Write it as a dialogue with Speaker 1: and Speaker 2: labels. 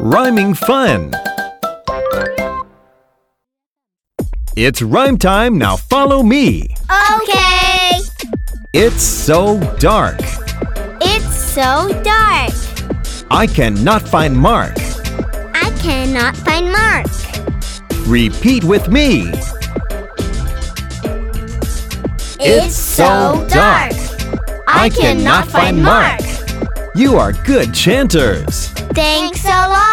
Speaker 1: Rhyming fun. It's rhyme time, now follow me.
Speaker 2: Okay.
Speaker 1: It's so dark.
Speaker 2: It's so dark.
Speaker 1: I cannot find Mark.
Speaker 2: I cannot find Mark.
Speaker 1: Repeat with me. It's so dark. I cannot find Mark. You are good chanters.
Speaker 2: Thanks a lot.